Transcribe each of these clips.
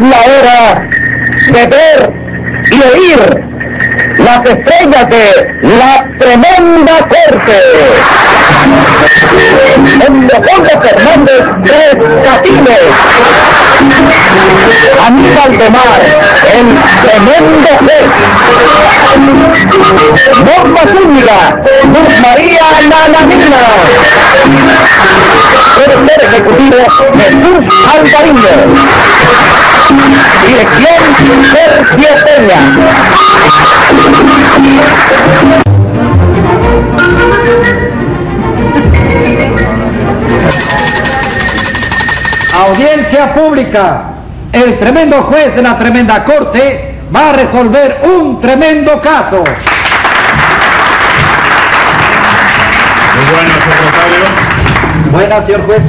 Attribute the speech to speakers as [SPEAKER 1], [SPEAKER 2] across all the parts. [SPEAKER 1] la hora de ver y oír las estrellas de la tremenda corte. En Leopoldo Fernández Tres Catines. Aníbal de Mar, el tremendo juez. Norma Zúñiga, Luz María Nanamina. Tercer ejecutivo Jesús Alvarino. Dirección Sergio Peña.
[SPEAKER 2] Audiencia pública. El tremendo juez de la tremenda corte va a resolver un tremendo caso.
[SPEAKER 3] Muy bueno, señor notario.
[SPEAKER 2] Buenas, señor juez.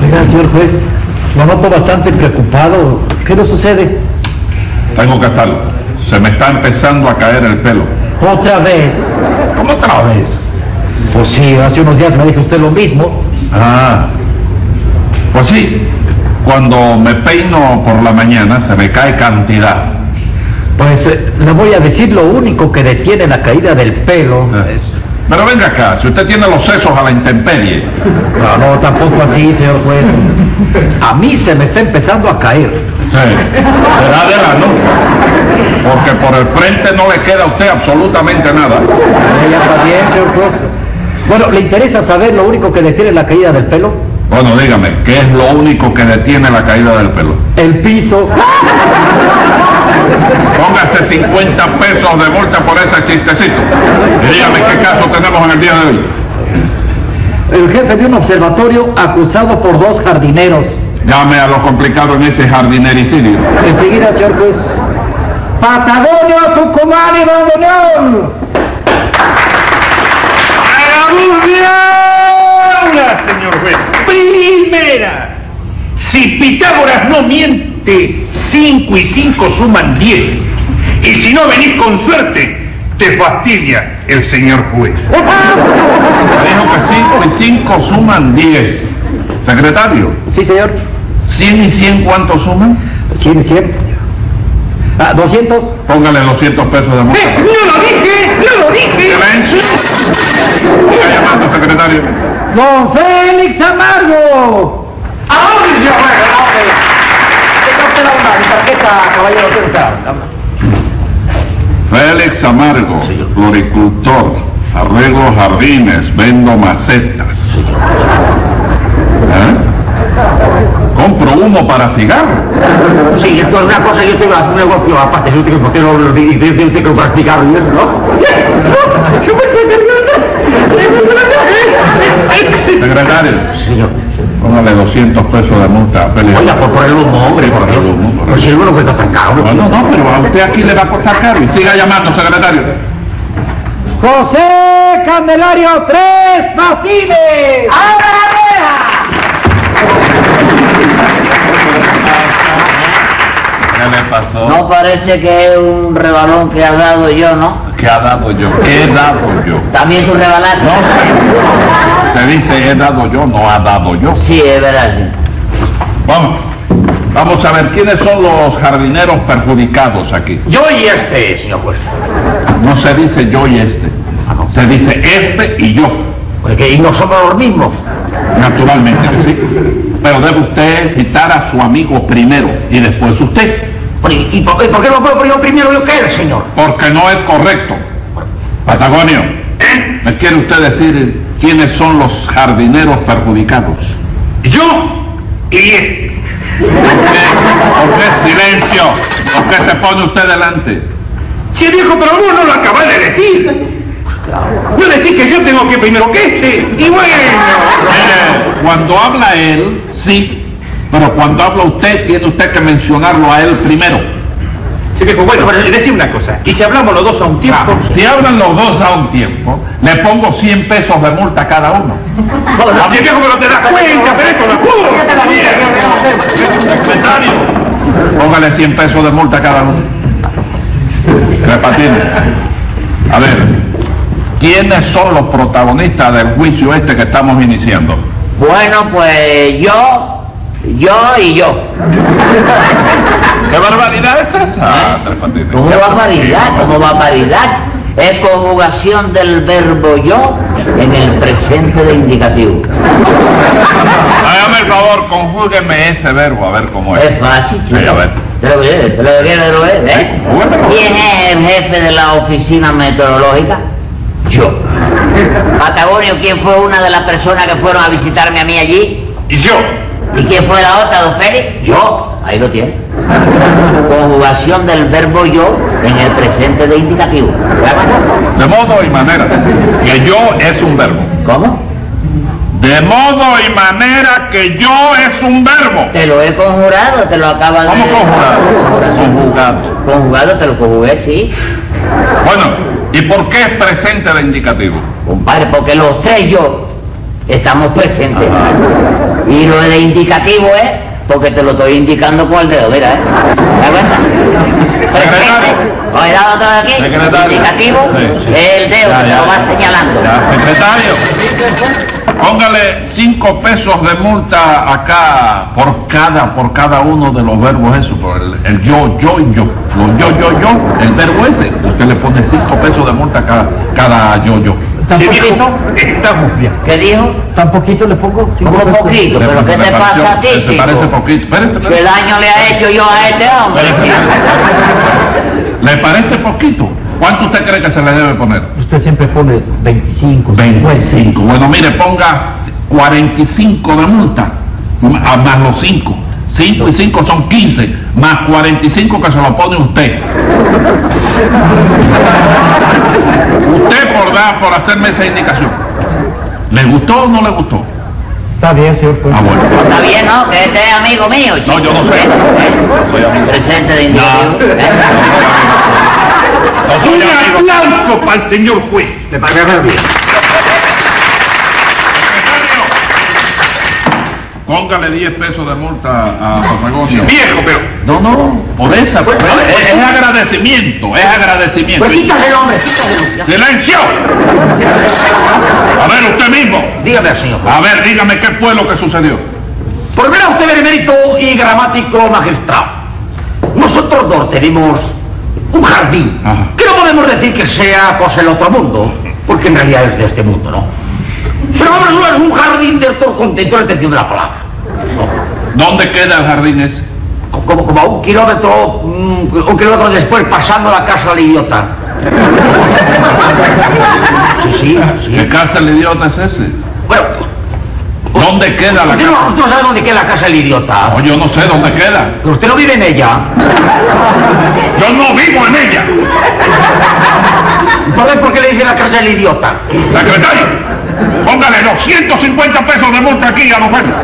[SPEAKER 2] Buenas, señor juez. Lo noto bastante preocupado. ¿Qué nos sucede?
[SPEAKER 3] Tengo que estarlo. Se me está empezando a caer el pelo.
[SPEAKER 2] ¿Otra vez?
[SPEAKER 3] ¿Cómo otra vez?
[SPEAKER 2] Pues sí, hace unos días me dijo usted lo mismo.
[SPEAKER 3] Ah, pues sí. Cuando me peino por la mañana se me cae cantidad.
[SPEAKER 2] Pues eh, le voy a decir lo único que detiene la caída del pelo.
[SPEAKER 3] Eh, pero venga acá, si usted tiene los sesos a la intemperie.
[SPEAKER 2] No, no, tampoco así, señor juez. A mí se me está empezando a caer.
[SPEAKER 3] Sí, será de la nuca. Porque por el frente no le queda a usted absolutamente nada.
[SPEAKER 2] Ella está bien, señor juez. Bueno, ¿le interesa saber lo único que detiene la caída del pelo?
[SPEAKER 3] Bueno, dígame, ¿qué es lo único que detiene la caída del pelo?
[SPEAKER 2] El piso.
[SPEAKER 3] Póngase 50 pesos de multa por ese chistecito. Y dígame qué caso tenemos en el día de hoy.
[SPEAKER 2] El jefe de un observatorio acusado por dos jardineros.
[SPEAKER 3] Llame a lo complicado en ese jardinericidio.
[SPEAKER 2] Enseguida, señor juez. Patagonia, Tucumán y Nuevo León.
[SPEAKER 4] ¡Ahora, señor juez! Primera, si Pitágoras no miente, 5 y 5 suman 10. Y si no venís con suerte, te fastidia el señor juez.
[SPEAKER 3] Dijo que 5 y 5 suman 10. Secretario.
[SPEAKER 2] Sí, señor.
[SPEAKER 3] 100 y 100 cuánto suman?
[SPEAKER 2] 100 y 100. Ah, 200.
[SPEAKER 3] Póngale 200 pesos de multa.
[SPEAKER 4] ¡Eh! ¡No lo dije! ¡No lo dije!
[SPEAKER 3] ¡Silencio! Está llamando, secretario.
[SPEAKER 2] ¡Don Félix Amargo! ¡Ah,
[SPEAKER 4] ¡Ahora, señor juez!
[SPEAKER 3] Félix Amargo, floricultor, arreglo jardines, vendo macetas. ¿Eh? Compro humo para cigarro.
[SPEAKER 5] Pues Sí, esto es una cosa, yo tengo un negocio aparte, yo tengo que no para cigarro y eso, ¿no?
[SPEAKER 4] Yo pensé que
[SPEAKER 3] Secretario.
[SPEAKER 5] Señor.
[SPEAKER 3] Póngale 200 pesos de multa, Félix.
[SPEAKER 5] Oiga, pues por, por el humo, hombre, por el humo. Por el... Pues si no cuesta tan caro.
[SPEAKER 3] No, no, no, pero a usted aquí le va a costar caro. Y siga llamando, secretario.
[SPEAKER 2] José Candelario Tres Patines.
[SPEAKER 4] ¡A la reja!
[SPEAKER 3] ¿Qué le pasó?
[SPEAKER 6] No parece que es un rebalón que ha dado yo, ¿no?
[SPEAKER 3] ¿Qué ha dado yo? ¿Qué he dado yo?
[SPEAKER 6] También tú rebalaste.
[SPEAKER 3] No sé. Se dice he dado yo, no ha dado yo.
[SPEAKER 6] Sí, es verdad. Sí.
[SPEAKER 3] Vamos, vamos a ver quiénes son los jardineros perjudicados aquí.
[SPEAKER 5] Yo y este, señor juez.
[SPEAKER 3] No se dice yo y este. Ah, no. Se dice este y yo.
[SPEAKER 5] Porque y no somos los mismos.
[SPEAKER 3] Naturalmente que sí. Pero debe usted citar a su amigo primero y después usted.
[SPEAKER 5] ¿Y, y, por, y por, qué no puedo yo primero yo que él, señor?
[SPEAKER 3] Porque no es correcto. Patagonio, ¿Eh? ¿me quiere usted decir quiénes son los jardineros perjudicados.
[SPEAKER 4] Yo y este.
[SPEAKER 3] ¿Por qué, silencio? ¿Por qué se pone usted delante?
[SPEAKER 4] Sí, viejo, pero vos no lo acabas de decir. Yo decir que yo tengo que primero que este. Y bueno.
[SPEAKER 3] Mire, cuando habla él, sí. Pero cuando habla usted, tiene usted que mencionarlo a él primero.
[SPEAKER 4] Sí, viejo, bueno, pero decir una cosa. ¿Y si hablamos los dos a un tiempo? pues, Claro,
[SPEAKER 3] si hablan los dos a un tiempo, le pongo 100 pesos de multa a cada uno.
[SPEAKER 4] No, viejo, pero te das cuenta, pero esto no
[SPEAKER 3] Secretario, póngale 100 pesos de multa a cada uno. Repatime. A ver, ¿quiénes son los protagonistas del juicio este que estamos iniciando?
[SPEAKER 6] Bueno, pues yo Yo y yo.
[SPEAKER 3] ¿Qué barbaridad es esa? Ah, Tres Patines?
[SPEAKER 6] ¿Cómo
[SPEAKER 3] ¿Qué
[SPEAKER 6] ¿Eh? barbaridad?
[SPEAKER 3] barbaridad?
[SPEAKER 6] ¿Cómo barbaridad? Es conjugación del verbo yo en el presente de indicativo.
[SPEAKER 3] Hágame el favor, conjúgueme ese verbo, a ver cómo es.
[SPEAKER 6] Es fácil, chico.
[SPEAKER 3] Sí, a ver.
[SPEAKER 6] Te lo quiero, te lo quiero, te lo quiero,
[SPEAKER 3] Sí,
[SPEAKER 6] ¿eh?
[SPEAKER 3] conjúguemelo.
[SPEAKER 6] ¿Quién es el jefe de la oficina meteorológica? Yo. Patagonio, ¿quién fue una de las personas que fueron a visitarme a mí allí?
[SPEAKER 4] Yo.
[SPEAKER 6] ¿Y quién fue la otra, don Félix? Yo. Ahí lo tiene. Conjugación del verbo yo en el presente de indicativo.
[SPEAKER 3] De modo y manera que yo es un verbo.
[SPEAKER 6] ¿Cómo?
[SPEAKER 3] De modo y manera que yo es un verbo.
[SPEAKER 6] Te lo he conjurado, te lo acabas
[SPEAKER 3] ¿Cómo
[SPEAKER 6] de...
[SPEAKER 3] conjugado? Conjugado.
[SPEAKER 6] Conjugado, te lo conjugué, sí.
[SPEAKER 3] Bueno, ¿y por qué es presente de indicativo?
[SPEAKER 6] Compadre, porque los tres yo estamos presentes.
[SPEAKER 3] Ah.
[SPEAKER 6] Y lo de indicativo es porque te lo estoy indicando con el dedo, mira, ¿eh? ¿Te das cuenta?
[SPEAKER 3] Secretario.
[SPEAKER 6] Presente. Oye, dado todo aquí.
[SPEAKER 3] Secretario.
[SPEAKER 6] Indicativo,
[SPEAKER 3] Sí, sí.
[SPEAKER 6] el dedo
[SPEAKER 3] Ya,
[SPEAKER 6] que te
[SPEAKER 3] ya,
[SPEAKER 6] lo va
[SPEAKER 3] ya.
[SPEAKER 6] señalando.
[SPEAKER 3] Ya, secretario, póngale cinco pesos de multa acá por cada, por cada uno de los verbos eso, por el, el yo, yo y yo. Lo yo, yo, yo, el verbo ese, usted le pone cinco pesos de multa a cada, cada yo, yo.
[SPEAKER 4] ¿Qué viejo? Estamos bien.
[SPEAKER 6] ¿Qué dijo?
[SPEAKER 5] Tan poquito le pongo.
[SPEAKER 6] Como poquito, pero ¿qué
[SPEAKER 3] Me
[SPEAKER 6] te
[SPEAKER 3] pareció-
[SPEAKER 6] pasa a ti,
[SPEAKER 3] Se parece
[SPEAKER 6] chico?
[SPEAKER 3] poquito. Espérese,
[SPEAKER 6] ¿Qué
[SPEAKER 3] espérese.
[SPEAKER 6] daño le ha hecho yo a este hombre?
[SPEAKER 3] Espérese, espérese. ¿Le parece poquito? ¿Cuánto usted cree que se le debe poner?
[SPEAKER 5] Usted siempre pone 25.
[SPEAKER 3] 25. Bueno, mire, ponga 45 de multa, a- más los 5. 5 y 5 son 15, más 45 que se lo pone usted. usted por dar, por hacerme esa indicación. ¿Le gustó o no le gustó?
[SPEAKER 5] Está bien, señor juez.
[SPEAKER 3] Ah, bueno.
[SPEAKER 6] Está bien, ¿no? Que este es amigo mío, chico.
[SPEAKER 3] No, yo no sé.
[SPEAKER 6] ¿Eh?
[SPEAKER 3] No soy amigo.
[SPEAKER 6] Presente de indicativo.
[SPEAKER 3] No soy
[SPEAKER 4] Un
[SPEAKER 3] amigo.
[SPEAKER 4] aplauso para el señor juez.
[SPEAKER 5] Le pagaré bien.
[SPEAKER 3] Póngale 10 pesos de multa a Torregocio.
[SPEAKER 4] Viejo, pero.
[SPEAKER 3] No, no, por esa, pues,
[SPEAKER 5] no,
[SPEAKER 3] es, es agradecimiento, es agradecimiento.
[SPEAKER 5] Pues quítaselo, hombre, quítaselo.
[SPEAKER 3] ¡Silencio! A ver, usted mismo.
[SPEAKER 5] Dígame, señor juez.
[SPEAKER 3] A ver, dígame qué fue lo que sucedió.
[SPEAKER 5] Por ver a usted, benemérito y gramático magistrado, nosotros dos tenemos un jardín
[SPEAKER 3] Ajá.
[SPEAKER 5] que no podemos decir que sea cosa del otro mundo, porque en realidad es de este mundo, ¿no? Pero vamos a ver, es un jardín de estos contentores de la palabra.
[SPEAKER 3] ¿Dónde queda el jardín ese?
[SPEAKER 5] Co- Como, como a un kilómetro, mm, un kilómetro después pasando la casa del idiota. Sí, sí,
[SPEAKER 3] ¿Qué
[SPEAKER 5] sí.
[SPEAKER 3] cárcel idiota es ese?
[SPEAKER 5] Bueno,
[SPEAKER 3] ¿Dónde queda la
[SPEAKER 5] usted
[SPEAKER 3] cárcel?
[SPEAKER 5] no, usted no sabe dónde queda la casa del idiota.
[SPEAKER 3] No, yo no sé dónde queda.
[SPEAKER 5] Pero usted no vive en ella.
[SPEAKER 3] Yo no vivo en ella.
[SPEAKER 5] Entonces, ¿por qué le dice la casa del idiota?
[SPEAKER 3] Secretario, póngale 250 pesos de multa aquí a los verdes.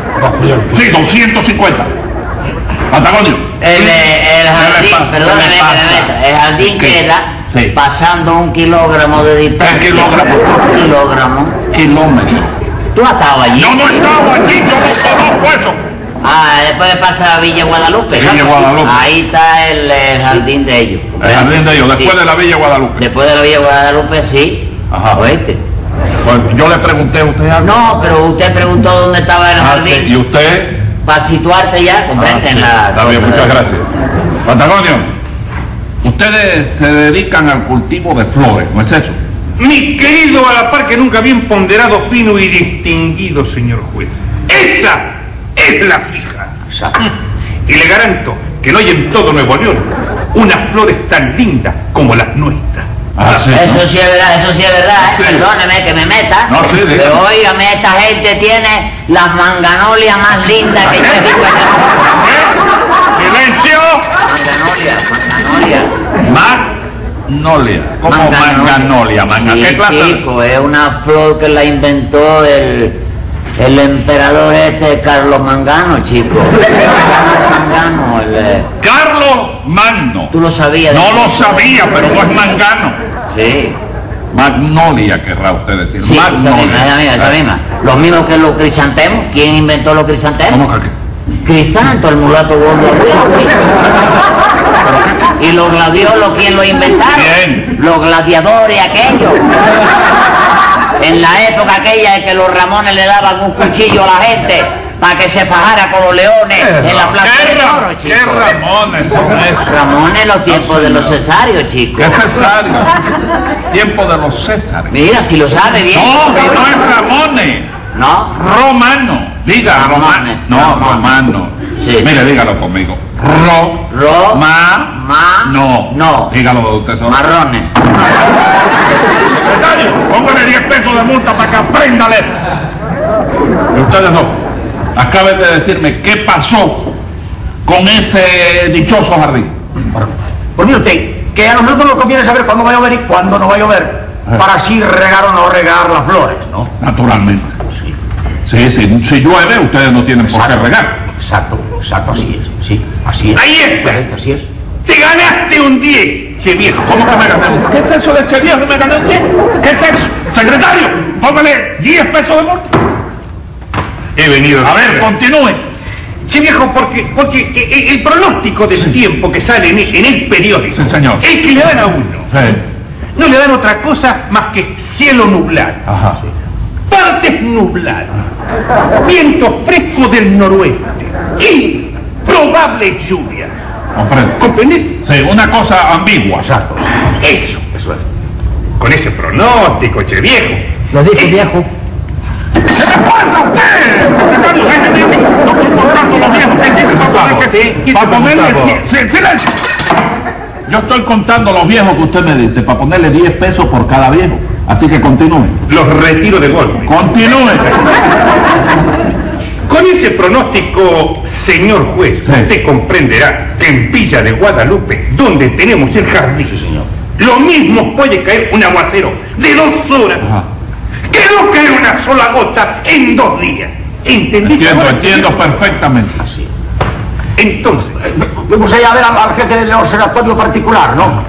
[SPEAKER 3] Sí, 250. Patagonio.
[SPEAKER 6] El, eh, el jardín,
[SPEAKER 3] pasa?
[SPEAKER 6] perdóneme,
[SPEAKER 3] ¿Qué le pasa?
[SPEAKER 6] perdóneme, el jardín
[SPEAKER 3] ¿Qué?
[SPEAKER 6] queda
[SPEAKER 3] Sí.
[SPEAKER 6] pasando un kilogramo de distancia.
[SPEAKER 3] ¿Qué kilogramo?
[SPEAKER 6] Un kilogramo.
[SPEAKER 3] Kilómetro.
[SPEAKER 6] Tú has estado allí.
[SPEAKER 3] Yo no estaba allí, yo no conozco eso.
[SPEAKER 6] Ah, después pasa a Villa Guadalupe.
[SPEAKER 3] Villa
[SPEAKER 6] ¿no?
[SPEAKER 3] Guadalupe.
[SPEAKER 6] Ahí está el, eh, jardín de ellos.
[SPEAKER 3] El jardín de ellos, después
[SPEAKER 6] Sí.
[SPEAKER 3] de la Villa Guadalupe.
[SPEAKER 6] Después de la Villa Guadalupe, sí.
[SPEAKER 3] Ajá.
[SPEAKER 6] ¿Oíste?
[SPEAKER 3] Pues yo le pregunté a usted algo.
[SPEAKER 6] No, pero usted preguntó dónde estaba el
[SPEAKER 3] Ah, sí,
[SPEAKER 6] jardín.
[SPEAKER 3] ¿Y usted?
[SPEAKER 6] Para situarte ya,
[SPEAKER 3] Ah,
[SPEAKER 6] comprende
[SPEAKER 3] sí.
[SPEAKER 6] en la...
[SPEAKER 3] Está bien, muchas gracias. Patagonio, ustedes se dedican al cultivo de flores, ¿no es eso?
[SPEAKER 4] Mi querido a la par que nunca bien ponderado, fino y distinguido, señor juez. Esa es la fija. Y le garanto que no hay en todo Nuevo León unas flores tan lindas como las nuestras.
[SPEAKER 3] Ah, sí, ¿no?
[SPEAKER 6] Eso sí es verdad, eso sí es verdad, ¿eh?
[SPEAKER 3] Sí.
[SPEAKER 6] perdóneme que me meta.
[SPEAKER 3] No, sí, dígame.
[SPEAKER 6] pero óigame, esta gente tiene las manganolias más lindas que yo he visto en la-
[SPEAKER 4] ¡Silencio!
[SPEAKER 6] Manganolias, manganolias.
[SPEAKER 3] Magnolia. ¿Cómo magnolia? Magna-
[SPEAKER 6] Sí,
[SPEAKER 3] ¿Qué clase? de-
[SPEAKER 6] chico, es una flor que la inventó el, el emperador este Carlos Mangano, chico. Carlos Mangano, el, eh,
[SPEAKER 3] Carlos Magno.
[SPEAKER 6] tú lo sabías.
[SPEAKER 3] No
[SPEAKER 6] ¿no?
[SPEAKER 3] lo sabía, pero no es mangano.
[SPEAKER 6] Sí.
[SPEAKER 3] Magnolia querrá usted decir.
[SPEAKER 6] Sí, esa misma, esa misma,
[SPEAKER 3] magnolia. Eh,
[SPEAKER 6] esa misma. Lo mismo que los crisantemos. ¿Quién inventó los crisantemos?
[SPEAKER 3] ¿Cómo que?
[SPEAKER 6] Crisanto, el mulato gordo. Y los gladiolos, ¿quién los inventaron?
[SPEAKER 3] ¿Quién?
[SPEAKER 6] Los gladiadores aquellos. En la época aquella en que los Ramones le daban un cuchillo a la gente para que se pajara con los leones en la plaza
[SPEAKER 3] ¿Qué,
[SPEAKER 6] de
[SPEAKER 3] Ra-
[SPEAKER 6] Toro,
[SPEAKER 3] qué
[SPEAKER 6] chico.
[SPEAKER 3] Ramones son esos?
[SPEAKER 6] Ramón en los tiempos de los cesáreos, chico.
[SPEAKER 3] ¿Qué Cesario? Tiempo de los Césares.
[SPEAKER 6] Mira, si lo sabe bien.
[SPEAKER 3] No, que no es Ramones.
[SPEAKER 6] No,
[SPEAKER 3] Romano. Diga,
[SPEAKER 6] Ramone.
[SPEAKER 3] romano. No, romano.
[SPEAKER 6] Sí.
[SPEAKER 3] Mire, dígalo conmigo. Ro.
[SPEAKER 6] Ro-
[SPEAKER 3] Ma.
[SPEAKER 6] ma-
[SPEAKER 3] No.
[SPEAKER 6] no.
[SPEAKER 3] Dígalo usted solo.
[SPEAKER 6] marrones.
[SPEAKER 3] Secretario, póngale 10 pesos de multa para que aprenda a leer. Y ustedes no. Acaben de decirme qué pasó con ese dichoso jardín.
[SPEAKER 5] Pues mire usted, que a nosotros nos conviene saber cuándo va a llover y cuándo no va a llover,
[SPEAKER 4] Ah.
[SPEAKER 5] para así regar o no regar las flores, ¿no?
[SPEAKER 3] Naturalmente. Sí, sí. Si llueve, ustedes no tienen por qué
[SPEAKER 5] Exacto.
[SPEAKER 3] regar.
[SPEAKER 5] Exacto, exacto, así es, sí, así es.
[SPEAKER 4] Ahí está.
[SPEAKER 5] Correcto, así es.
[SPEAKER 4] Te ganaste un 10, che viejo.
[SPEAKER 3] ¿Cómo que me gané?
[SPEAKER 4] ¿Qué es eso de che viejo? ¿Me gané un 10? ¿Qué es eso? Secretario, póngale 10 pesos de multa. He venido.
[SPEAKER 3] A ver, continúe.
[SPEAKER 4] Che viejo, porque, porque e- e- el pronóstico del tiempo que sale en, e- en el periódico
[SPEAKER 3] Sí, señor.
[SPEAKER 4] es que le dan a uno.
[SPEAKER 3] Sí.
[SPEAKER 4] No le dan otra cosa más que cielo nublado,
[SPEAKER 3] Ajá.
[SPEAKER 4] partes nubladas, viento fresco del noroeste y probable lluvia.
[SPEAKER 3] Comprendo.
[SPEAKER 4] ¿Comprendés?
[SPEAKER 3] Sí, una cosa ambigua.
[SPEAKER 5] Exacto, sí,
[SPEAKER 4] Eso.
[SPEAKER 5] eso es.
[SPEAKER 4] Con ese pronóstico, che viejo.
[SPEAKER 5] Lo dijo
[SPEAKER 4] Eh,
[SPEAKER 5] viejo.
[SPEAKER 3] pasa usted, secretario? Deje de no estoy contando los viejos
[SPEAKER 4] eh,
[SPEAKER 3] que tiene que para ponerle si- si- silencio. Yo estoy contando los viejos que usted me dice para ponerle 10 pesos por cada viejo. Así que continúe.
[SPEAKER 4] Los retiro de golpe.
[SPEAKER 3] Continúe.
[SPEAKER 4] Con ese pronóstico, señor juez,
[SPEAKER 3] Sí.
[SPEAKER 4] usted comprenderá que en Villa de Guadalupe, donde tenemos el jardín, lo mismo puede caer un aguacero de dos horas
[SPEAKER 3] Ajá.
[SPEAKER 4] que no caer una sola gota en dos días. ¿Entendiste?
[SPEAKER 3] Entiendo,
[SPEAKER 4] ahora?
[SPEAKER 3] entiendo pues. perfectamente.
[SPEAKER 4] Entonces, eh,
[SPEAKER 5] Fuimos allá a ver al, al jefe del observatorio particular, ¿no?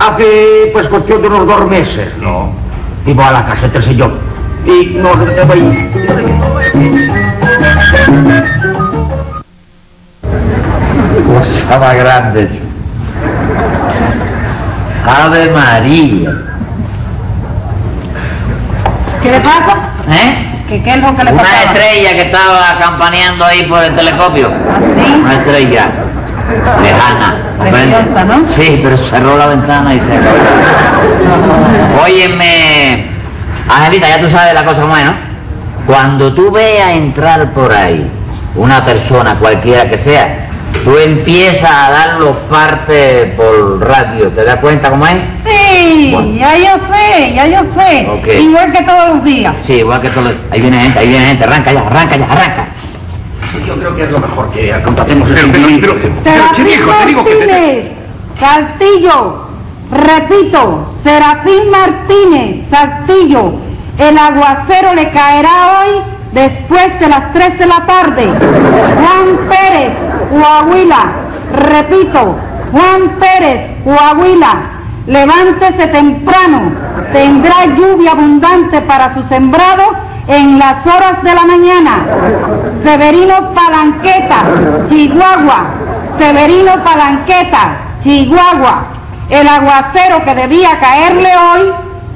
[SPEAKER 5] Hace, pues, cuestión de unos dos meses, ¿no? Fuimos a la casa del señor y nos detuvo ahí.
[SPEAKER 6] Cosa más Pues grande. chico. Ave María.
[SPEAKER 7] ¿Qué le pasa?
[SPEAKER 6] ¿Eh?
[SPEAKER 7] ¿Qué, qué es lo que le
[SPEAKER 6] Una
[SPEAKER 7] pasa?
[SPEAKER 6] estrella que estaba campaneando ahí por el telescopio.
[SPEAKER 7] ¿Sí?
[SPEAKER 6] Una estrella lejana. ¿comprende?
[SPEAKER 7] Preciosa, ¿no?
[SPEAKER 6] Sí, pero cerró la ventana y se Óyeme, Angelita, ya tú sabes la cosa como es, ¿no? Cuando tú veas entrar por ahí una persona, cualquiera que sea, tú empiezas a dar los partes por radio, ¿te das cuenta cómo es?
[SPEAKER 7] Sí,
[SPEAKER 6] Bueno.
[SPEAKER 7] ya yo sé, ya yo sé.
[SPEAKER 6] Ok.
[SPEAKER 7] Igual que todos los días.
[SPEAKER 6] Sí, igual que todo. Ahí viene gente, ahí viene gente, arranca ya, arranca ya, arranca.
[SPEAKER 5] Yo creo que es lo mejor que contratemos
[SPEAKER 4] pero, pero, pero, pero, che
[SPEAKER 7] Serafín
[SPEAKER 4] viejo, te digo que... te-
[SPEAKER 7] Martínez, Saltillo, repito, Serafín Martínez, Saltillo, el aguacero le caerá hoy después de las 3 de la tarde. Juan Pérez, Coahuila, repito, Juan Pérez, Coahuila, levántese temprano, tendrá lluvia abundante para su sembrado en las horas de la mañana. Severino Palanqueta, Chihuahua. Severino Palanqueta, Chihuahua. El aguacero que debía caerle hoy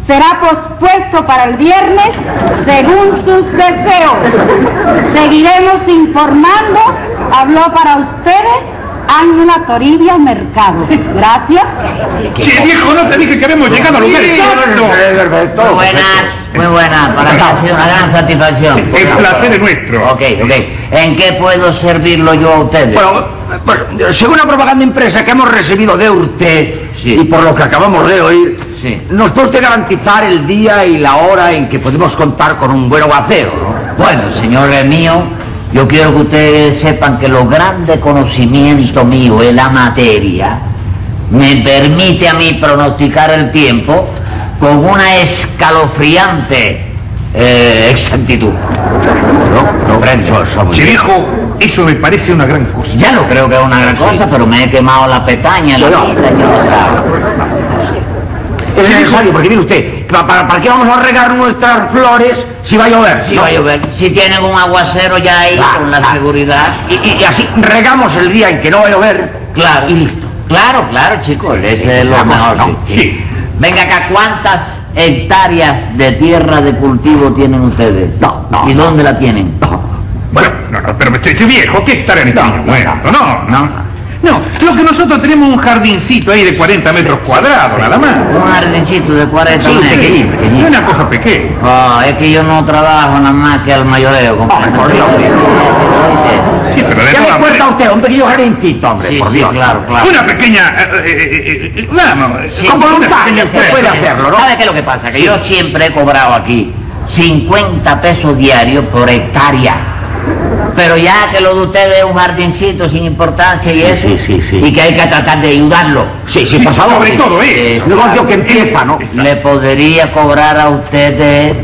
[SPEAKER 7] será pospuesto para el viernes según sus deseos. Seguiremos informando. Habló para ustedes Ángela Toribia Mercado. Gracias.
[SPEAKER 4] Che viejo, no te dije que habíamos llegado al lugar exacto.
[SPEAKER 6] Muy buenas, muy buenas. Para mí ha sido una gran satisfacción.
[SPEAKER 4] El placer es nuestro.
[SPEAKER 6] Ok, ok. ¿En qué puedo servirlo yo a ustedes?
[SPEAKER 5] Bueno, eh, bueno, según la propaganda impresa que hemos recibido de usted
[SPEAKER 6] Sí.
[SPEAKER 5] y por lo que acabamos de oír,
[SPEAKER 6] Sí.
[SPEAKER 5] nos puede usted garantizar el día y la hora en que podemos contar con un buen aguacero, ¿no?
[SPEAKER 6] Bueno, señores míos, yo quiero que ustedes sepan que lo grande conocimiento mío en la materia me permite a mí pronosticar el tiempo con una escalofriante eh, exactitud. ¿No? ¿No creen? Eso- eso muy
[SPEAKER 4] Che
[SPEAKER 6] bien.
[SPEAKER 4] viejo, eso me parece una gran cosa.
[SPEAKER 6] Ya no creo que es una gran cosa, pero me he quemado la petaña en la
[SPEAKER 5] Yo no.
[SPEAKER 6] vida, yo no sabo.
[SPEAKER 5] Es necesario, porque mire usted, pa- para, ¿para qué vamos a regar nuestras flores si va a llover?
[SPEAKER 6] Si
[SPEAKER 5] ¿no?
[SPEAKER 6] va a llover, si tienen un aguacero ya ahí
[SPEAKER 5] Ah,
[SPEAKER 6] con la
[SPEAKER 5] ah.
[SPEAKER 6] seguridad,
[SPEAKER 5] Y, y- y así regamos el día en que no va a llover.
[SPEAKER 6] claro. Y listo. Claro, claro, chicos, ese es lo
[SPEAKER 5] Vamos,
[SPEAKER 6] mejor.
[SPEAKER 5] ¿no?
[SPEAKER 6] sí, sí. Venga acá, ¿cuántas hectáreas de tierra de cultivo tienen ustedes?
[SPEAKER 5] No, no,
[SPEAKER 6] ¿Y dónde la tienen?
[SPEAKER 3] Bueno, no, no, pero estoy, estoy viejo, ¿qué estar en este niño? Bueno, no, no. No, lo que nosotros tenemos es un jardincito ahí de 40 metros cuadrados, nada más.
[SPEAKER 6] Un jardincito de 40
[SPEAKER 3] Sí,
[SPEAKER 6] metros.
[SPEAKER 3] pequeñito, pequeñito. Una cosa pequeña.
[SPEAKER 6] Ah, es que yo no trabajo nada más que al mayoreo, compadre.
[SPEAKER 5] por Dios.
[SPEAKER 6] ¿Oíste?
[SPEAKER 3] Sí, pero de todas
[SPEAKER 5] ¿Qué me cuenta
[SPEAKER 3] maneras,
[SPEAKER 5] usted? Un pequeño jardincito, hombre,
[SPEAKER 6] Sí,
[SPEAKER 5] por
[SPEAKER 6] sí,
[SPEAKER 5] Dios.
[SPEAKER 6] claro, claro.
[SPEAKER 3] Una pequeña... eh, eh, eh, vamos,
[SPEAKER 6] Sí,
[SPEAKER 3] como una
[SPEAKER 6] sí,
[SPEAKER 5] voluntad,
[SPEAKER 3] pequeña
[SPEAKER 5] se
[SPEAKER 3] empresa.
[SPEAKER 5] puede hacerlo, ¿no?
[SPEAKER 6] ¿Sabe qué es lo que pasa? Que
[SPEAKER 3] Sí.
[SPEAKER 6] yo siempre he cobrado aquí 50 pesos diarios por hectárea. Pero ya que lo de ustedes es un jardincito sin importancia y
[SPEAKER 5] Sí,
[SPEAKER 6] eso,
[SPEAKER 5] sí, sí, sí.
[SPEAKER 6] y que hay que tratar de ayudarlo,
[SPEAKER 5] Sí, sí,
[SPEAKER 3] Sí,
[SPEAKER 5] por favor.
[SPEAKER 3] sobre todo, ¿eh?
[SPEAKER 5] Es un negocio que empieza, ¿no?
[SPEAKER 6] le podría cobrar a ustedes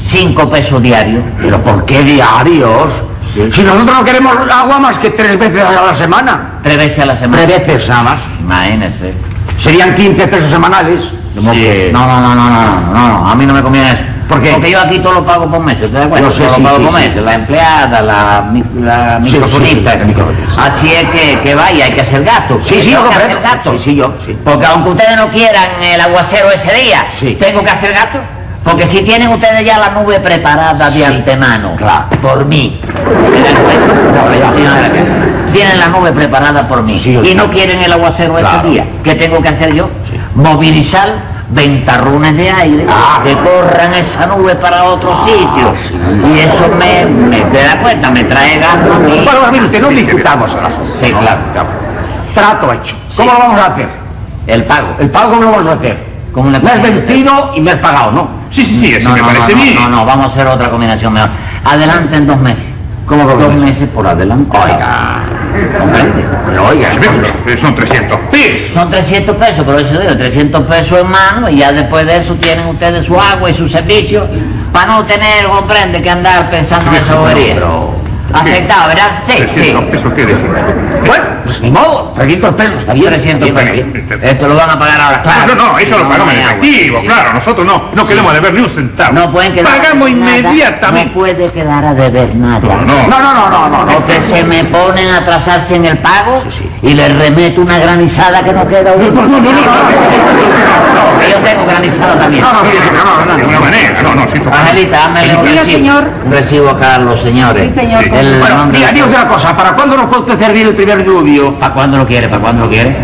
[SPEAKER 6] 5 pesos diarios.
[SPEAKER 5] Pero ¿por qué diarios? Si nosotros no queremos agua más que tres veces a la semana.
[SPEAKER 6] Tres veces a la
[SPEAKER 5] Tres
[SPEAKER 6] semana.
[SPEAKER 5] veces nada más.
[SPEAKER 6] Imagínese.
[SPEAKER 5] Serían 15 pesos semanales.
[SPEAKER 6] Como que- No, no, no, no, no, no, no, no, a mí no me conviene eso.
[SPEAKER 5] ¿Por qué?
[SPEAKER 6] Porque yo aquí todo lo pago por meses, ¿te das cuenta?
[SPEAKER 5] Yo sé,
[SPEAKER 6] todo
[SPEAKER 5] sí,
[SPEAKER 6] lo pago
[SPEAKER 5] sí,
[SPEAKER 6] por
[SPEAKER 5] sí.
[SPEAKER 6] meses, la empleada, la, mi- la
[SPEAKER 5] Sí, sí,
[SPEAKER 6] microfonista.
[SPEAKER 5] sí, la microfonista.
[SPEAKER 6] Así es que, que vaya, hay que hacer gasto.
[SPEAKER 5] Sí, sí, yo
[SPEAKER 6] tengo que
[SPEAKER 5] comprendo.
[SPEAKER 6] hacer gasto.
[SPEAKER 5] Sí, sí, yo, sí.
[SPEAKER 6] Porque aunque ustedes no quieran el aguacero ese día,
[SPEAKER 5] Sí.
[SPEAKER 6] tengo que hacer gasto. Porque si tienen ustedes ya la nube preparada de antemano,
[SPEAKER 5] claro.
[SPEAKER 6] por mí, ¿se dan cuenta?
[SPEAKER 5] Claro, ya.
[SPEAKER 6] Sí, no, era que- tienen la nube preparada por mí
[SPEAKER 5] Sí, yo
[SPEAKER 6] y no
[SPEAKER 5] sé.
[SPEAKER 6] quieren el aguacero ese
[SPEAKER 5] Claro.
[SPEAKER 6] día. ¿Qué tengo que hacer yo?
[SPEAKER 5] Sí.
[SPEAKER 6] Movilizar ventarrones de aire
[SPEAKER 5] Ah.
[SPEAKER 6] que corran esa nube para otro sitio.
[SPEAKER 5] sí.
[SPEAKER 6] Y eso me, me te da cuenta, me trae gasto a mí.
[SPEAKER 5] Bueno, mire usted, no discutamos el asunto.
[SPEAKER 6] Sí,
[SPEAKER 5] No
[SPEAKER 6] claro.
[SPEAKER 5] discutamos. Trato hecho. ¿Cómo lo vamos a hacer?
[SPEAKER 6] El pago.
[SPEAKER 5] El pago cómo lo vamos a hacer.
[SPEAKER 6] Como una
[SPEAKER 5] Me has
[SPEAKER 6] combinación.
[SPEAKER 5] vencido y me has pagado, ¿no?
[SPEAKER 3] Sí, sí, sí, eso
[SPEAKER 6] No,
[SPEAKER 3] me
[SPEAKER 6] no, no,
[SPEAKER 3] parece
[SPEAKER 6] no,
[SPEAKER 3] bien.
[SPEAKER 6] no, no, vamos a hacer otra combinación mejor. Adelante en dos meses.
[SPEAKER 5] ¿Cómo que dos
[SPEAKER 6] Dos meses por adelante.
[SPEAKER 5] Oiga.
[SPEAKER 6] Comprende.
[SPEAKER 5] Pero oiga.
[SPEAKER 3] Sí, pero- pero Son 300 pesos.
[SPEAKER 6] Son 300 pesos, pero eso digo, 300 pesos en mano y ya después de eso tienen ustedes su agua y su servicio para no tener, comprende, que andar pensando en esa bobería. Aceptado, ¿verdad? Sí, sí.
[SPEAKER 3] 300 pesos, ¿qué decir?
[SPEAKER 5] Bueno, pues ni modo. 300 pesos, está bien.
[SPEAKER 6] 300
[SPEAKER 5] Está
[SPEAKER 6] pesos.
[SPEAKER 5] bien.
[SPEAKER 6] Esto lo van a pagar ahora, claro.
[SPEAKER 3] No, no, eso lo pagamos en efectivo, claro. Nosotros no, no queremos deber ni un centavo.
[SPEAKER 6] No pueden quedar a
[SPEAKER 3] Pagamos
[SPEAKER 6] deber nada,
[SPEAKER 3] inmediatamente.
[SPEAKER 6] No puede quedar a deber nada.
[SPEAKER 3] No,
[SPEAKER 5] No, no, no, no, no. no.
[SPEAKER 6] Porque se me ponen a atrasarse en el pago
[SPEAKER 5] Sí, sí.
[SPEAKER 6] y les remeto una granizada que no queda
[SPEAKER 5] No,
[SPEAKER 6] uno.
[SPEAKER 5] no, no, no.
[SPEAKER 6] Yo tengo granizada también.
[SPEAKER 5] No, no, sí, sí, no, no,
[SPEAKER 3] de
[SPEAKER 5] no.
[SPEAKER 3] ninguna manera, no, no, sí, esto-
[SPEAKER 6] Angelita, dámele un
[SPEAKER 7] Diga,
[SPEAKER 6] recibo.
[SPEAKER 7] señor.
[SPEAKER 6] Un recibo acá a los señores.
[SPEAKER 7] Sí, señor.
[SPEAKER 6] El
[SPEAKER 5] Bueno,
[SPEAKER 6] nombre-
[SPEAKER 5] diga, diga usted una cosa, ¿para cuándo nos puede usted servir el primer lluvio?
[SPEAKER 6] ¿Para cuándo lo quiere? ¿Para cuándo lo quiere?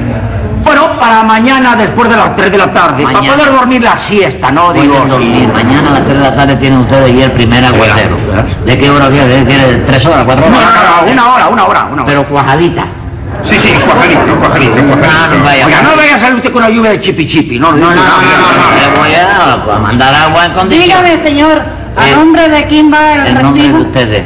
[SPEAKER 5] Bueno, para mañana después de las 3 de la tarde,
[SPEAKER 6] Mañana.
[SPEAKER 5] para poder dormir la siesta, ¿no? Digo,
[SPEAKER 6] Pueden dormir.
[SPEAKER 5] sí.
[SPEAKER 6] Mañana a las 3 de la tarde tienen ustedes ya el primer aguacero.
[SPEAKER 5] Verá.
[SPEAKER 6] ¿De qué hora quiere? ¿Quiere ¿Tres horas? ¿Cuatro
[SPEAKER 5] No,
[SPEAKER 6] horas?
[SPEAKER 5] no, no, no, una hora, una hora, una hora.
[SPEAKER 6] Pero cuajadita.
[SPEAKER 3] Sí, sí, cuajarito, cuajarito,
[SPEAKER 6] Ah, no, vaya.
[SPEAKER 3] cuajarito.
[SPEAKER 5] Oiga, no vaya a salir usted con una lluvia de chipi chipi, no,
[SPEAKER 6] No, no, no, no,
[SPEAKER 3] no,
[SPEAKER 6] no. Le voy a a mandar agua en condición.
[SPEAKER 7] Dígame, señor, ¿a
[SPEAKER 6] Eh,
[SPEAKER 7] nombre de quién va el,
[SPEAKER 6] El nombre de
[SPEAKER 7] recibo?
[SPEAKER 6] ustedes.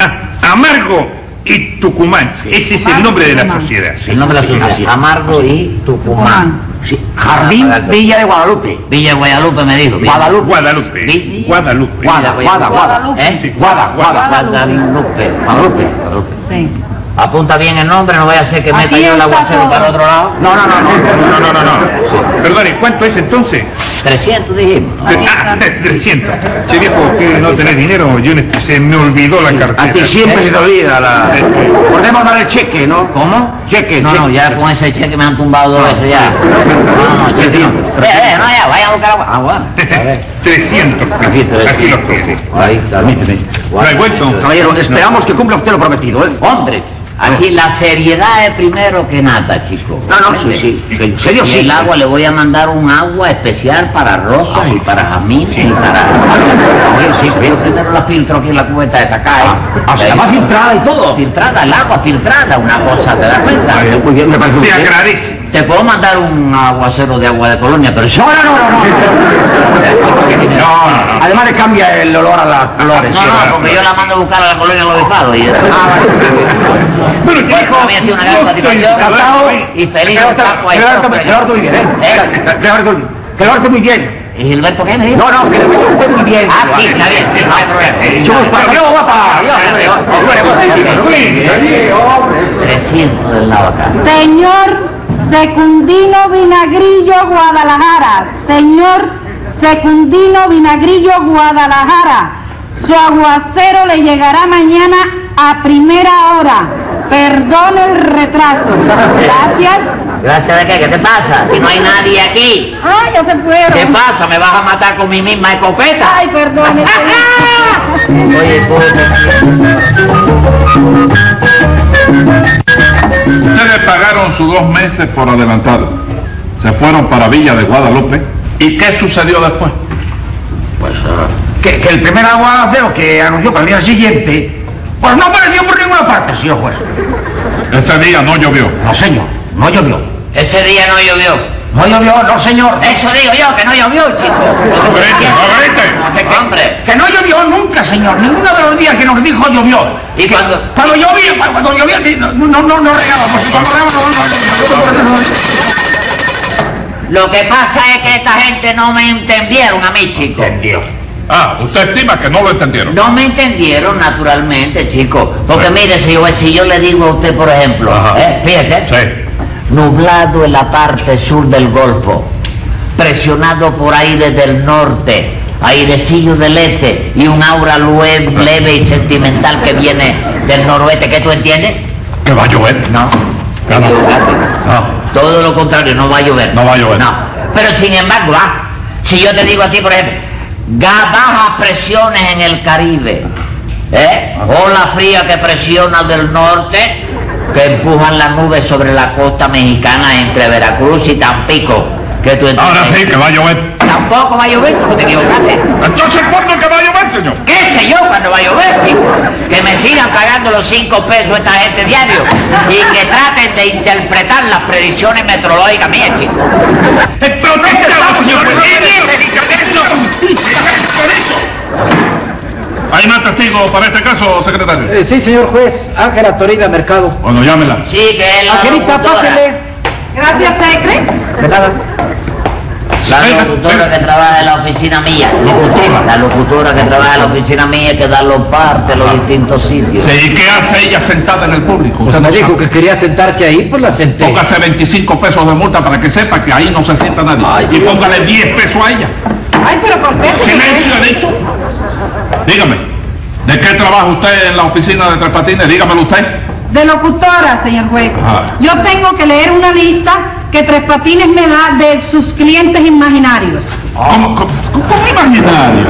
[SPEAKER 3] Ah, Amargo y Tucumán, ese es el nombre de la
[SPEAKER 7] Tucumán.
[SPEAKER 3] sociedad. sí.
[SPEAKER 6] El nombre de la
[SPEAKER 5] así.
[SPEAKER 6] sociedad. Amargo y Tucumán.
[SPEAKER 5] Sí, Jardín
[SPEAKER 6] Ah,
[SPEAKER 5] Villa de Guadalupe.
[SPEAKER 6] Villa Guadalupe me dijo. Villa-
[SPEAKER 5] Guadalupe.
[SPEAKER 3] Guadalupe.
[SPEAKER 6] Sí.
[SPEAKER 3] Guadalupe.
[SPEAKER 5] Guada, Guada, Guada.
[SPEAKER 7] Guadalupe.
[SPEAKER 6] ¿Eh?
[SPEAKER 3] Sí.
[SPEAKER 5] Guada, Guada.
[SPEAKER 6] Guadalupe.
[SPEAKER 5] Guadalupe.
[SPEAKER 7] Sí.
[SPEAKER 6] Apunta bien el nombre, no voy a hacer que meta
[SPEAKER 7] Aquí
[SPEAKER 6] yo el
[SPEAKER 7] está
[SPEAKER 6] aguacero
[SPEAKER 7] todo.
[SPEAKER 6] para otro lado.
[SPEAKER 5] No, no, no, no.
[SPEAKER 3] No, no, no, no. Perdone, ¿cuánto es entonces?
[SPEAKER 6] 300 dijimos.
[SPEAKER 7] Aquí está.
[SPEAKER 3] Ah, 300. Che viejo, que no tenés dinero, yo ne- se me olvidó la
[SPEAKER 5] A ti
[SPEAKER 3] cartera.
[SPEAKER 5] siempre se te olvida la... Podemos dar el cheque, ¿no?
[SPEAKER 6] ¿Cómo?
[SPEAKER 5] Cheque,
[SPEAKER 6] No, no,
[SPEAKER 5] cheque.
[SPEAKER 6] ya con ese cheque me han tumbado dos veces ya. No, no, cheque no. Eh, eh, no, ya, vaya a buscar agua. Ah, bueno. A ver.
[SPEAKER 3] 300.
[SPEAKER 6] Aquí te
[SPEAKER 3] Aquí los tiene.
[SPEAKER 6] Ahí está.
[SPEAKER 3] ¿No hay vuelto?
[SPEAKER 5] Caballero, esperamos que cumpla usted lo prometido, ¿eh?
[SPEAKER 6] Hombre, aquí la seriedad es primero que nada, chico.
[SPEAKER 5] No, no, sí, sí. En serio,
[SPEAKER 6] Y
[SPEAKER 5] sí.
[SPEAKER 6] el agua le voy a mandar un agua especial para rosas y para jazmín y para... Sí, sí, yo primero la filtro aquí en la cubeta de Tacay.
[SPEAKER 5] Hasta más filtrada y todo.
[SPEAKER 6] Filtrada, el agua filtrada, una cosa, ¿te das cuenta?
[SPEAKER 5] Muy bien, me parece
[SPEAKER 3] Se
[SPEAKER 5] muy bien.
[SPEAKER 3] agradece.
[SPEAKER 6] Te puedo mandar un aguacero de agua de colonia, pero yo...
[SPEAKER 5] No, no, no, no, no.
[SPEAKER 3] No, no, no.
[SPEAKER 5] Además le cambia el olor a las flores.
[SPEAKER 6] No, no, porque yo la mando a buscar a la colonia de los disparos y... Ah,
[SPEAKER 3] Bueno, che
[SPEAKER 6] Bueno,
[SPEAKER 3] viejo,
[SPEAKER 6] había sido una gran
[SPEAKER 3] no estoy
[SPEAKER 6] satisfacción.
[SPEAKER 3] encantado.
[SPEAKER 6] Y feliz
[SPEAKER 5] Claro,
[SPEAKER 6] campo ahí.
[SPEAKER 5] claro, claro, muy bien, ¿eh?
[SPEAKER 6] ¿Eh?
[SPEAKER 5] Claro, Claro, muy bien.
[SPEAKER 6] ¿Y Gilberto qué me dijo?
[SPEAKER 5] No, no, que le vaya usted muy bien.
[SPEAKER 6] Ah, sí, está bien, sí, no hay problema.
[SPEAKER 5] Chubos, para luego, guapa. Adiós, adiós, adiós.
[SPEAKER 3] Bueno,
[SPEAKER 6] 300 del lado acá.
[SPEAKER 7] Señor Secundino Vinagrillo Guadalajara, señor Secundino Vinagrillo Guadalajara, su aguacero le llegará mañana a primera hora. Perdone el retraso. Gracias.
[SPEAKER 6] ¿Gracias de qué? ¿Qué te pasa? Si no hay nadie aquí.
[SPEAKER 7] ¡Ay, ya se fueron!
[SPEAKER 6] ¿Qué pasa? ¿Me vas a matar con mi misma escopeta?
[SPEAKER 7] ¡Ay, perdón! este-
[SPEAKER 6] Oye, pobre.
[SPEAKER 3] Ustedes pagaron sus dos meses por adelantado. Se fueron para Villa de Guadalupe. ¿Y qué sucedió después?
[SPEAKER 5] Pues, ah, que, que el primer aguacero que anunció para el día siguiente, pues no apareció por ninguna parte, señor juez.
[SPEAKER 3] Ese día no llovió.
[SPEAKER 5] No, señor, no llovió.
[SPEAKER 6] Ese día no llovió.
[SPEAKER 5] No llovió, no, señor.
[SPEAKER 6] Eso digo yo, que no llovió, chico.
[SPEAKER 3] No grites, no grites.
[SPEAKER 6] ¿Qué hombre?
[SPEAKER 5] Que no llovió nunca, señor. Ninguno de los días que nos dijo llovió.
[SPEAKER 6] ¿Y cuando?
[SPEAKER 5] Cuando llovió, cuando llovió, no, no, no, no regábamos. Cuando regábamos, no, no, no, no, no.
[SPEAKER 6] Lo que pasa es que esta gente no me entendieron a mí, chico.
[SPEAKER 5] Entendió.
[SPEAKER 3] Ah, usted estima que no lo entendieron.
[SPEAKER 6] No me entendieron naturalmente, chico. Porque mire, si yo, si yo le digo a usted, por ejemplo,
[SPEAKER 3] Ajá.
[SPEAKER 6] eh, fíjese,
[SPEAKER 3] Sí.
[SPEAKER 6] nublado en la parte sur del Golfo, presionado por aire del norte, airecillo del este y un aura lue- leve y sentimental que viene del noroeste, ¿qué tú entiendes?
[SPEAKER 3] Que va a llover.
[SPEAKER 6] No.
[SPEAKER 3] Claro.
[SPEAKER 6] Equivocado.
[SPEAKER 3] No.
[SPEAKER 6] Todo lo contrario, no va a llover.
[SPEAKER 3] No va a llover.
[SPEAKER 6] No. Pero sin embargo, ah, si yo te digo a ti, por ejemplo, ga- bajas presiones en el Caribe, ¿eh? ola fría que presiona del norte, que empujan las nubes sobre la costa mexicana entre Veracruz y Tampico. Que tú
[SPEAKER 3] Ahora
[SPEAKER 6] entiendes.
[SPEAKER 3] sí, que va a llover.
[SPEAKER 6] Tampoco va a llover, chico, te equivocaste.
[SPEAKER 3] Entonces, ¿cuándo es que va a llover, señor?
[SPEAKER 6] ¿Qué sé yo cuando va a llover, chico? Que me sigan pagando los cinco pesos esta gente diario y que traten de interpretar las predicciones meteorológicas mías, chico.
[SPEAKER 3] Protestamos, señor. ¿Hay más testigos para este caso, secretario?
[SPEAKER 2] Eh, sí, señor juez, Ángela Torida Mercado.
[SPEAKER 3] Bueno, llámela.
[SPEAKER 6] Sí, que es la
[SPEAKER 2] Angelita,
[SPEAKER 6] locutora,
[SPEAKER 2] pásele.
[SPEAKER 7] Gracias, Secre.
[SPEAKER 6] La locutora que trabaja en la oficina mía.
[SPEAKER 3] Locutora.
[SPEAKER 6] La locutora que trabaja en la oficina mía que da los partes, los distintos sitios.
[SPEAKER 3] Sí, ¿Y qué hace ella sentada en el público?
[SPEAKER 2] Usted me
[SPEAKER 3] no
[SPEAKER 2] dijo
[SPEAKER 3] sabe.
[SPEAKER 2] que quería sentarse ahí, pues la senté.
[SPEAKER 3] Póngase 25 pesos de multa para que sepa que ahí no se sienta nadie. y póngale 10 pesos a ella.
[SPEAKER 7] Ay, pero contésteme.
[SPEAKER 3] Silencio, he dicho. Dígame, ¿de qué trabaja usted en la oficina de Tres Patines? Dígamelo usted.
[SPEAKER 7] De locutora, señor juez.
[SPEAKER 3] Ajá.
[SPEAKER 7] Yo tengo que leer una lista que Tres Patines me da de sus clientes imaginarios.
[SPEAKER 2] Ah.
[SPEAKER 3] ¿Cómo, cómo, cómo imaginario?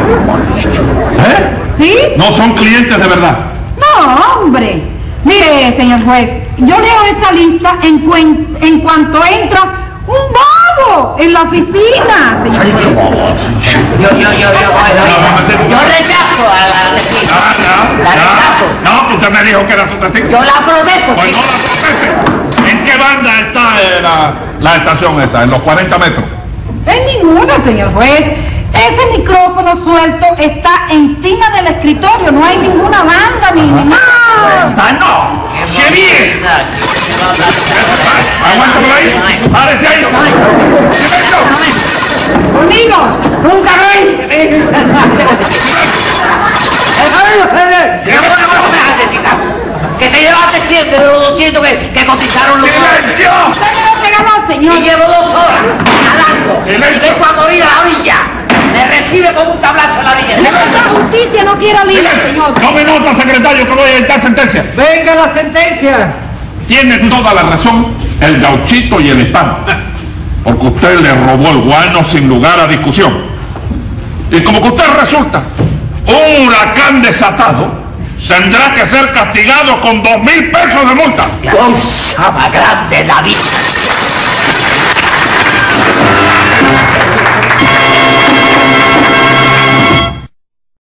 [SPEAKER 3] ¿Eh?
[SPEAKER 7] ¿Sí?
[SPEAKER 3] No son clientes de verdad.
[SPEAKER 7] No, hombre. Mire, señor juez, yo leo esa lista en, cuen- en cuanto entra un bobo en la oficina, señor juez.
[SPEAKER 6] Yo, yo, yo, yo, yo, yo rechazo a la
[SPEAKER 3] Ah,
[SPEAKER 6] testigo.
[SPEAKER 3] no,
[SPEAKER 6] La rechazo.
[SPEAKER 3] no, no, que usted me dijo que era su testigo.
[SPEAKER 6] Yo la protesto,
[SPEAKER 3] Pues no
[SPEAKER 6] chico.
[SPEAKER 3] la proteste. ¿En qué banda está eh, la, la estación esa? ¿En los 40 metros?
[SPEAKER 7] En ninguna, señor juez. Ese micrófono suelto está encima del escritorio, no hay ninguna banda ni ni nada.
[SPEAKER 3] ¡Ah, no! ¡Qué bien! ¡Aguántame ahí! ¡Párese ahí! ¡Silencio!
[SPEAKER 7] Conmigo, nunca lo hay.
[SPEAKER 3] ¡Silencio!
[SPEAKER 6] Que te llevaste siempre de los 200 que, que cotizaron los
[SPEAKER 3] ¡Silencio!
[SPEAKER 7] Usted no regaló,
[SPEAKER 6] Y
[SPEAKER 7] señor.
[SPEAKER 6] llevo dos horas nadando.
[SPEAKER 3] Silencio.
[SPEAKER 6] Y vengo a morir a la orilla. Me recibe con un tablazo en la orilla.
[SPEAKER 7] La justicia no quiere libre, señor.
[SPEAKER 3] ¡Silencio! No me nota, secretario, que voy a dictar sentencia.
[SPEAKER 2] ¡Venga la sentencia!
[SPEAKER 3] Tiene toda la razón el gauchito y el hispano. Porque usted le robó el guano sin lugar a discusión. Y como que usted resulta un huracán desatado, tendrá que ser castigado con dos mil pesos de multa.
[SPEAKER 6] Cosa más grande la vida.